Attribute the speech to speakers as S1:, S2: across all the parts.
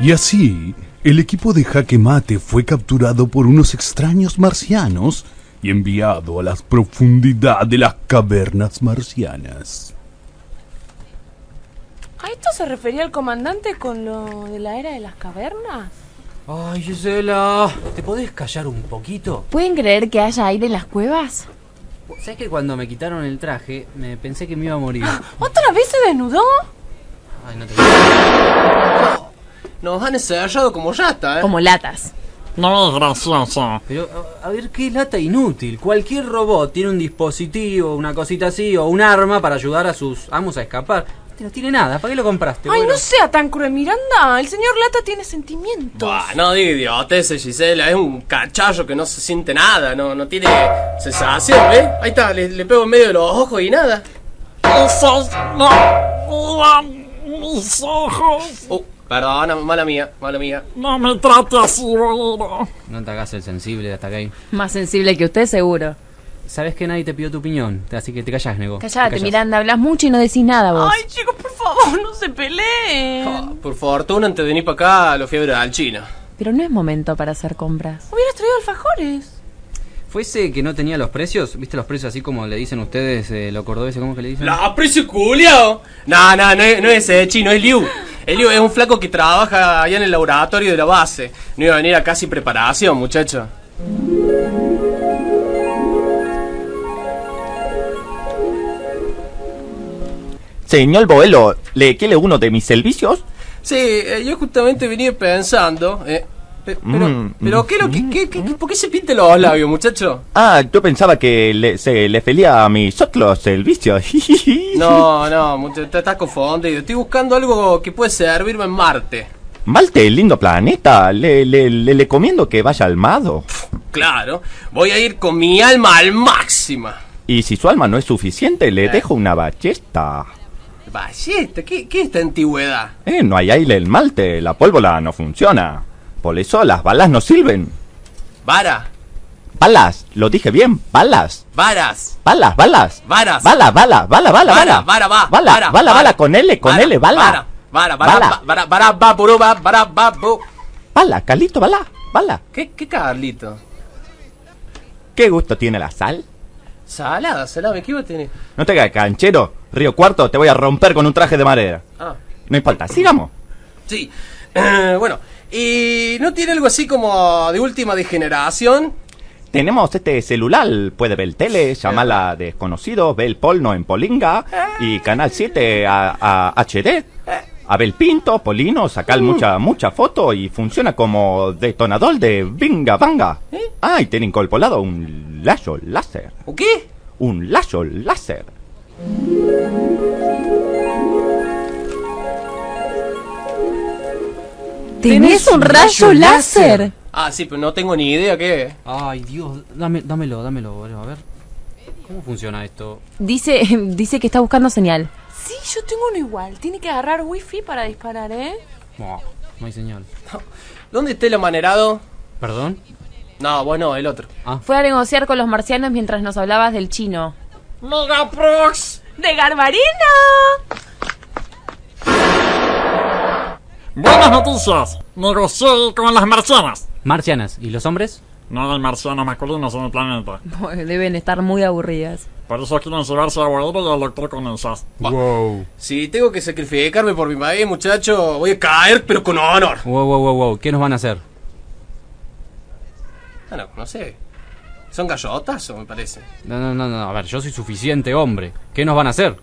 S1: Y así, el equipo de Jaque Mate fue capturado por unos extraños marcianos y enviado a las profundidades de las cavernas marcianas.
S2: ¿A esto se refería el comandante con lo de la era de las cavernas?
S3: Ay, Gisela, ¿te podés callar un poquito?
S4: ¿Pueden creer que haya aire en las cuevas?
S3: ¿Sabes que cuando me quitaron el traje, me pensé que me iba a morir?
S2: ¿Otra vez se desnudó?
S3: Ah. Ay, no te
S5: Nos han ensayado como ya está, ¿eh?
S4: Como latas.
S6: No es gracioso.
S3: Pero, a, a ver, qué lata inútil. Cualquier robot tiene un dispositivo, una cosita así, o un arma para ayudar a sus amos a escapar. Este no tiene nada, ¿para qué lo compraste?
S2: Ay,
S3: bueno?
S2: no sea tan cruel, Miranda. El señor Lata tiene sentimientos.
S5: Bah, no diga idioteces, Gisela. Es un cachallo que no se siente nada. No, no tiene sensación, ¿eh? Ahí está, le, le pego en medio de los ojos y nada.
S6: Esos no eran mis ojos.
S5: Uh, perdón, mala mía, mala mía.
S6: No me trate así, boludo.
S3: No te hagas el sensible hasta que ahí.
S4: Más sensible que usted, seguro.
S3: Sabes que nadie te pidió tu opinión, así que te callás, Nego. Te
S4: Callate,
S3: callás.
S4: Miranda, hablas mucho y no decís nada vos.
S2: Ay, chicos, por favor, no se peleen.
S5: Ah, por fortuna, antes de venir para acá, lo fui a ver al chino.
S4: Pero no es momento para hacer compras.
S2: Hubieras traído alfajores.
S3: ¿Fue ese que no tenía los precios? ¿Viste los precios así como le dicen ustedes, eh, lo cordobeses, cómo es que le dicen?
S5: ¡La precio culiao! No, no, no es, no es ese chino, es Liu. El Liu es un flaco que trabaja allá en el laboratorio de la base. No iba a venir acá sin preparación, muchacho.
S7: Señor Boelo, ¿le quiere uno de mis servicios?
S5: Sí, eh, yo justamente venía pensando. eh, pe- pero,
S7: Mm,
S5: pero
S7: mm,
S5: ¿qué, es lo que, qué- qué- qué- ¿por qué se pinten los labios, muchacho?
S7: Ah, yo pensaba que le, se le felía a mis otros servicios.
S5: No, no, muchacho, te estás confundido. Estoy buscando algo que puede servirme en Marte.
S7: Malte, lindo planeta. Le, le, le, le recomiendo que vaya al Mado.
S5: Claro, voy a ir con mi alma al máxima.
S7: Y si su alma no es suficiente,
S5: Eh.
S7: le dejo una ballesta.
S5: Ballesta, ¿qué, qué es esta antigüedad?
S7: Eh, no hay aire en Malte, la pólvora no funciona. Por eso las balas no sirven.
S5: Vara,
S7: Balas, lo dije bien, balas.
S5: varas,
S7: Balas, balas.
S5: Varas.
S7: Bala, bala, bala, bala,
S5: vara,
S7: bala.
S5: vara, va,
S7: Bala,
S5: vara,
S7: bala,
S5: vara.
S7: bala, con L, Eh, con
S5: Vara,
S7: L, bala.
S5: Vara, vara,
S7: Bala.
S5: va- vara, vara, va, burú, va, vara, va, bu.
S7: Bala, Calito, bala, bala.
S5: ¿Qué, qué Carlito?
S7: ¿Qué gusto tiene la sal?
S5: Salada, salada, ¿qué iba a tener?
S7: No te hagas canchero, Río Cuarto, te voy a romper con un traje de madera.
S5: Ah,
S7: No importa, sigamos.
S5: sí. Eh, bueno, ¿y no tiene algo así como de última de generación?
S7: Tenemos este celular, puede ver tele, llamarla desconocido, ver polno en Polinga y Canal 7 a, a HD. A ver pinto, polino, sacar mucha, mucha foto y funciona como detonador de binga banga. Ah, y tiene incorporado un lazo láser.
S5: ¿O qué?
S7: Un lazo láser.
S4: ¿Tenés un rayo láser?
S5: Ah, sí, pero no tengo ni idea qué es.
S3: Ay, Dios, dame, dámelo, dámelo, boludo, a ver. ¿Cómo funciona esto?
S4: Dice, dice que está buscando señal.
S2: Sí, yo tengo uno igual. Tiene que agarrar wifi para disparar, ¿eh?
S3: Buah, no hay señal.
S5: ¿Dónde está el amanerado?
S3: ¿Perdón?
S5: No, bueno, el otro.
S4: Fue a negociar con los marcianos mientras nos hablabas del chino.
S6: Megaprox.
S2: ¡De Garbarino!
S6: Buenas noticias. Negocié con las marcianas.
S3: Marcianas, ¿y los hombres?
S6: No hay marcianos masculinos en el planeta.
S4: Deben estar muy aburridas.
S6: Por eso quieren llevarse a Boero y al doctor con ellas.
S5: Si tengo que sacrificarme por mi madre, muchacho, voy a caer, pero con honor.
S3: Wow, wow, wow, wow, ¿qué nos van a hacer?
S5: Ah, no, no sé. Son gallotazos, me parece.
S3: No, no, no, no, a ver, yo soy suficiente hombre. ¿Qué nos van a hacer?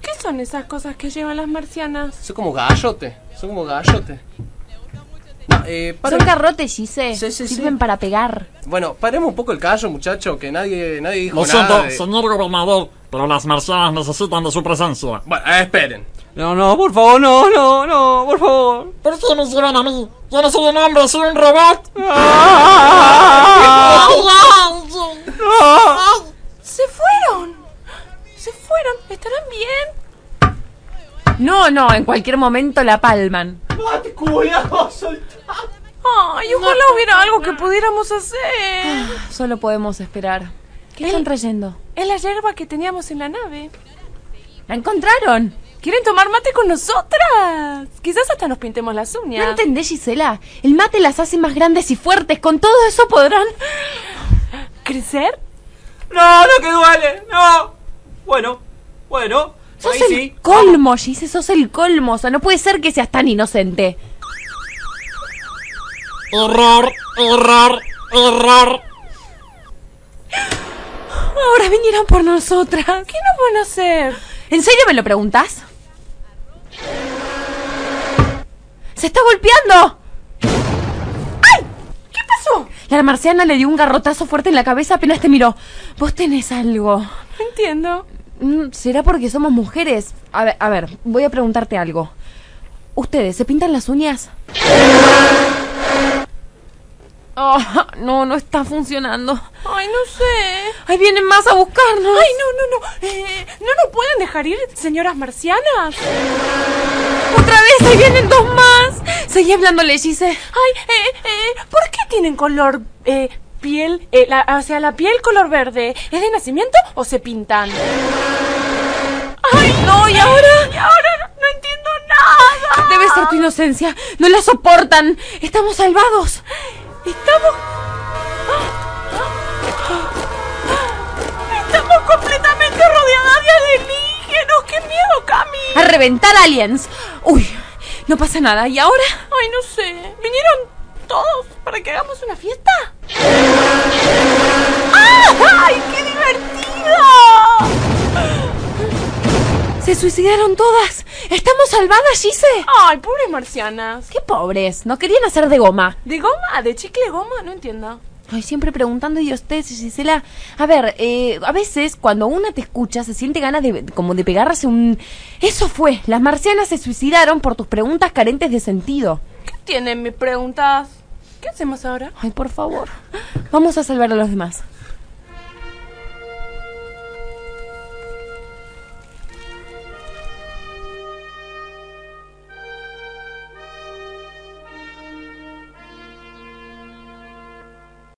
S2: ¿Qué son esas cosas que llevan las marcianas?
S5: Son como gallote. Son como gallote. No, eh,
S4: Son
S5: paren-
S4: garrotes, Gise.
S5: Sí, sí, sí.
S4: Sirven para pegar.
S5: bueno, paremos un poco el callo, muchacho, que nadie, nadie dijo
S6: Lo
S5: nada.
S6: siento,
S5: de-
S6: señor gobernador, pero las marcianas necesitan de su presencia.
S5: Bueno, eh, esperen.
S3: No, no, por favor, no, no, no, por favor.
S6: ¿Por qué me llevan a mí? Yo no soy un hombre, soy un robot.
S2: ¡Se fueron! ¡Se fueron! ¿Estarán bien?
S4: No, no, en cualquier momento la palman.
S2: ¡Ay, ojalá hubiera algo que pudiéramos hacer!
S4: Solo podemos esperar. ¿Qué
S2: Él-
S4: están trayendo?
S2: Es la hierba que teníamos en la nave.
S4: ¿La encontraron?
S2: ¿Quieren tomar mate con nosotras? Quizás hasta nos pintemos las uñas.
S4: ¿No entendés, Gisela? El mate las hace más grandes y fuertes. Con todo eso podrán...
S2: ¿Crecer?
S3: No, no que duele, no. Bueno, bueno.
S4: Sos
S3: ahí
S4: el
S3: sí.
S4: colmo, Gise, sos el colmo. O sea, no puede ser que seas tan inocente.
S6: Error, error, error.
S4: Ahora vinieron por nosotras.
S2: ¿Qué nos van a hacer?
S4: ¿En serio me lo preguntás? ¡Se está golpeando!
S2: ¿Qué pasó?
S4: La marciana le dio un garrotazo fuerte en la cabeza apenas te miró. Vos tenés algo.
S2: No entiendo.
S4: Mm, ¿Será porque somos mujeres? A ver, a ver, voy a preguntarte algo. ¿Ustedes se pintan las uñas? Ah, no, no está funcionando.
S2: Ay, no sé.
S4: Ahí vienen más a buscarnos.
S2: Ay, no, no, no. Eh, ¿No nos pueden dejar ir, señoras marcianas?
S4: Otra vez, ahí vienen dos más. Seguí hablándole, Gise.
S2: Ay, eh, eh, ¿por qué tienen color eh, piel? eh, la- o sea, la piel color verde. ¿Es de nacimiento o se pintan? Ay, no, ¿y ahora? ¿Y ahora? No, no entiendo nada.
S4: Debe ser tu inocencia. No la soportan. Estamos salvados.
S2: Estamos. Estamos completamente rodeadas de alienígenos. ¡Qué miedo, Cami!
S4: A reventar aliens. Uy, no pasa nada. ¿Y ahora?
S2: Ay, no sé. ¿Vinieron todos para que hagamos una fiesta? ¡Ay, qué divertido!
S4: Se suicidaron todas. Estamos salvadas, Gise.
S2: Ay, pobres marcianas.
S4: Qué pobres. No querían hacer de goma.
S2: ¿De goma? ¿De chicle goma? No entiendo.
S4: Ay, siempre preguntando y usted, Gisela. A ver, eh, a veces cuando una te escucha se siente ganas de como de pegarse un. Eso fue. Las marcianas se suicidaron por tus preguntas carentes de sentido.
S2: ¿Qué tienen mis preguntas? ¿Qué hacemos ahora?
S4: Ay, por favor. Vamos a salvar a los demás.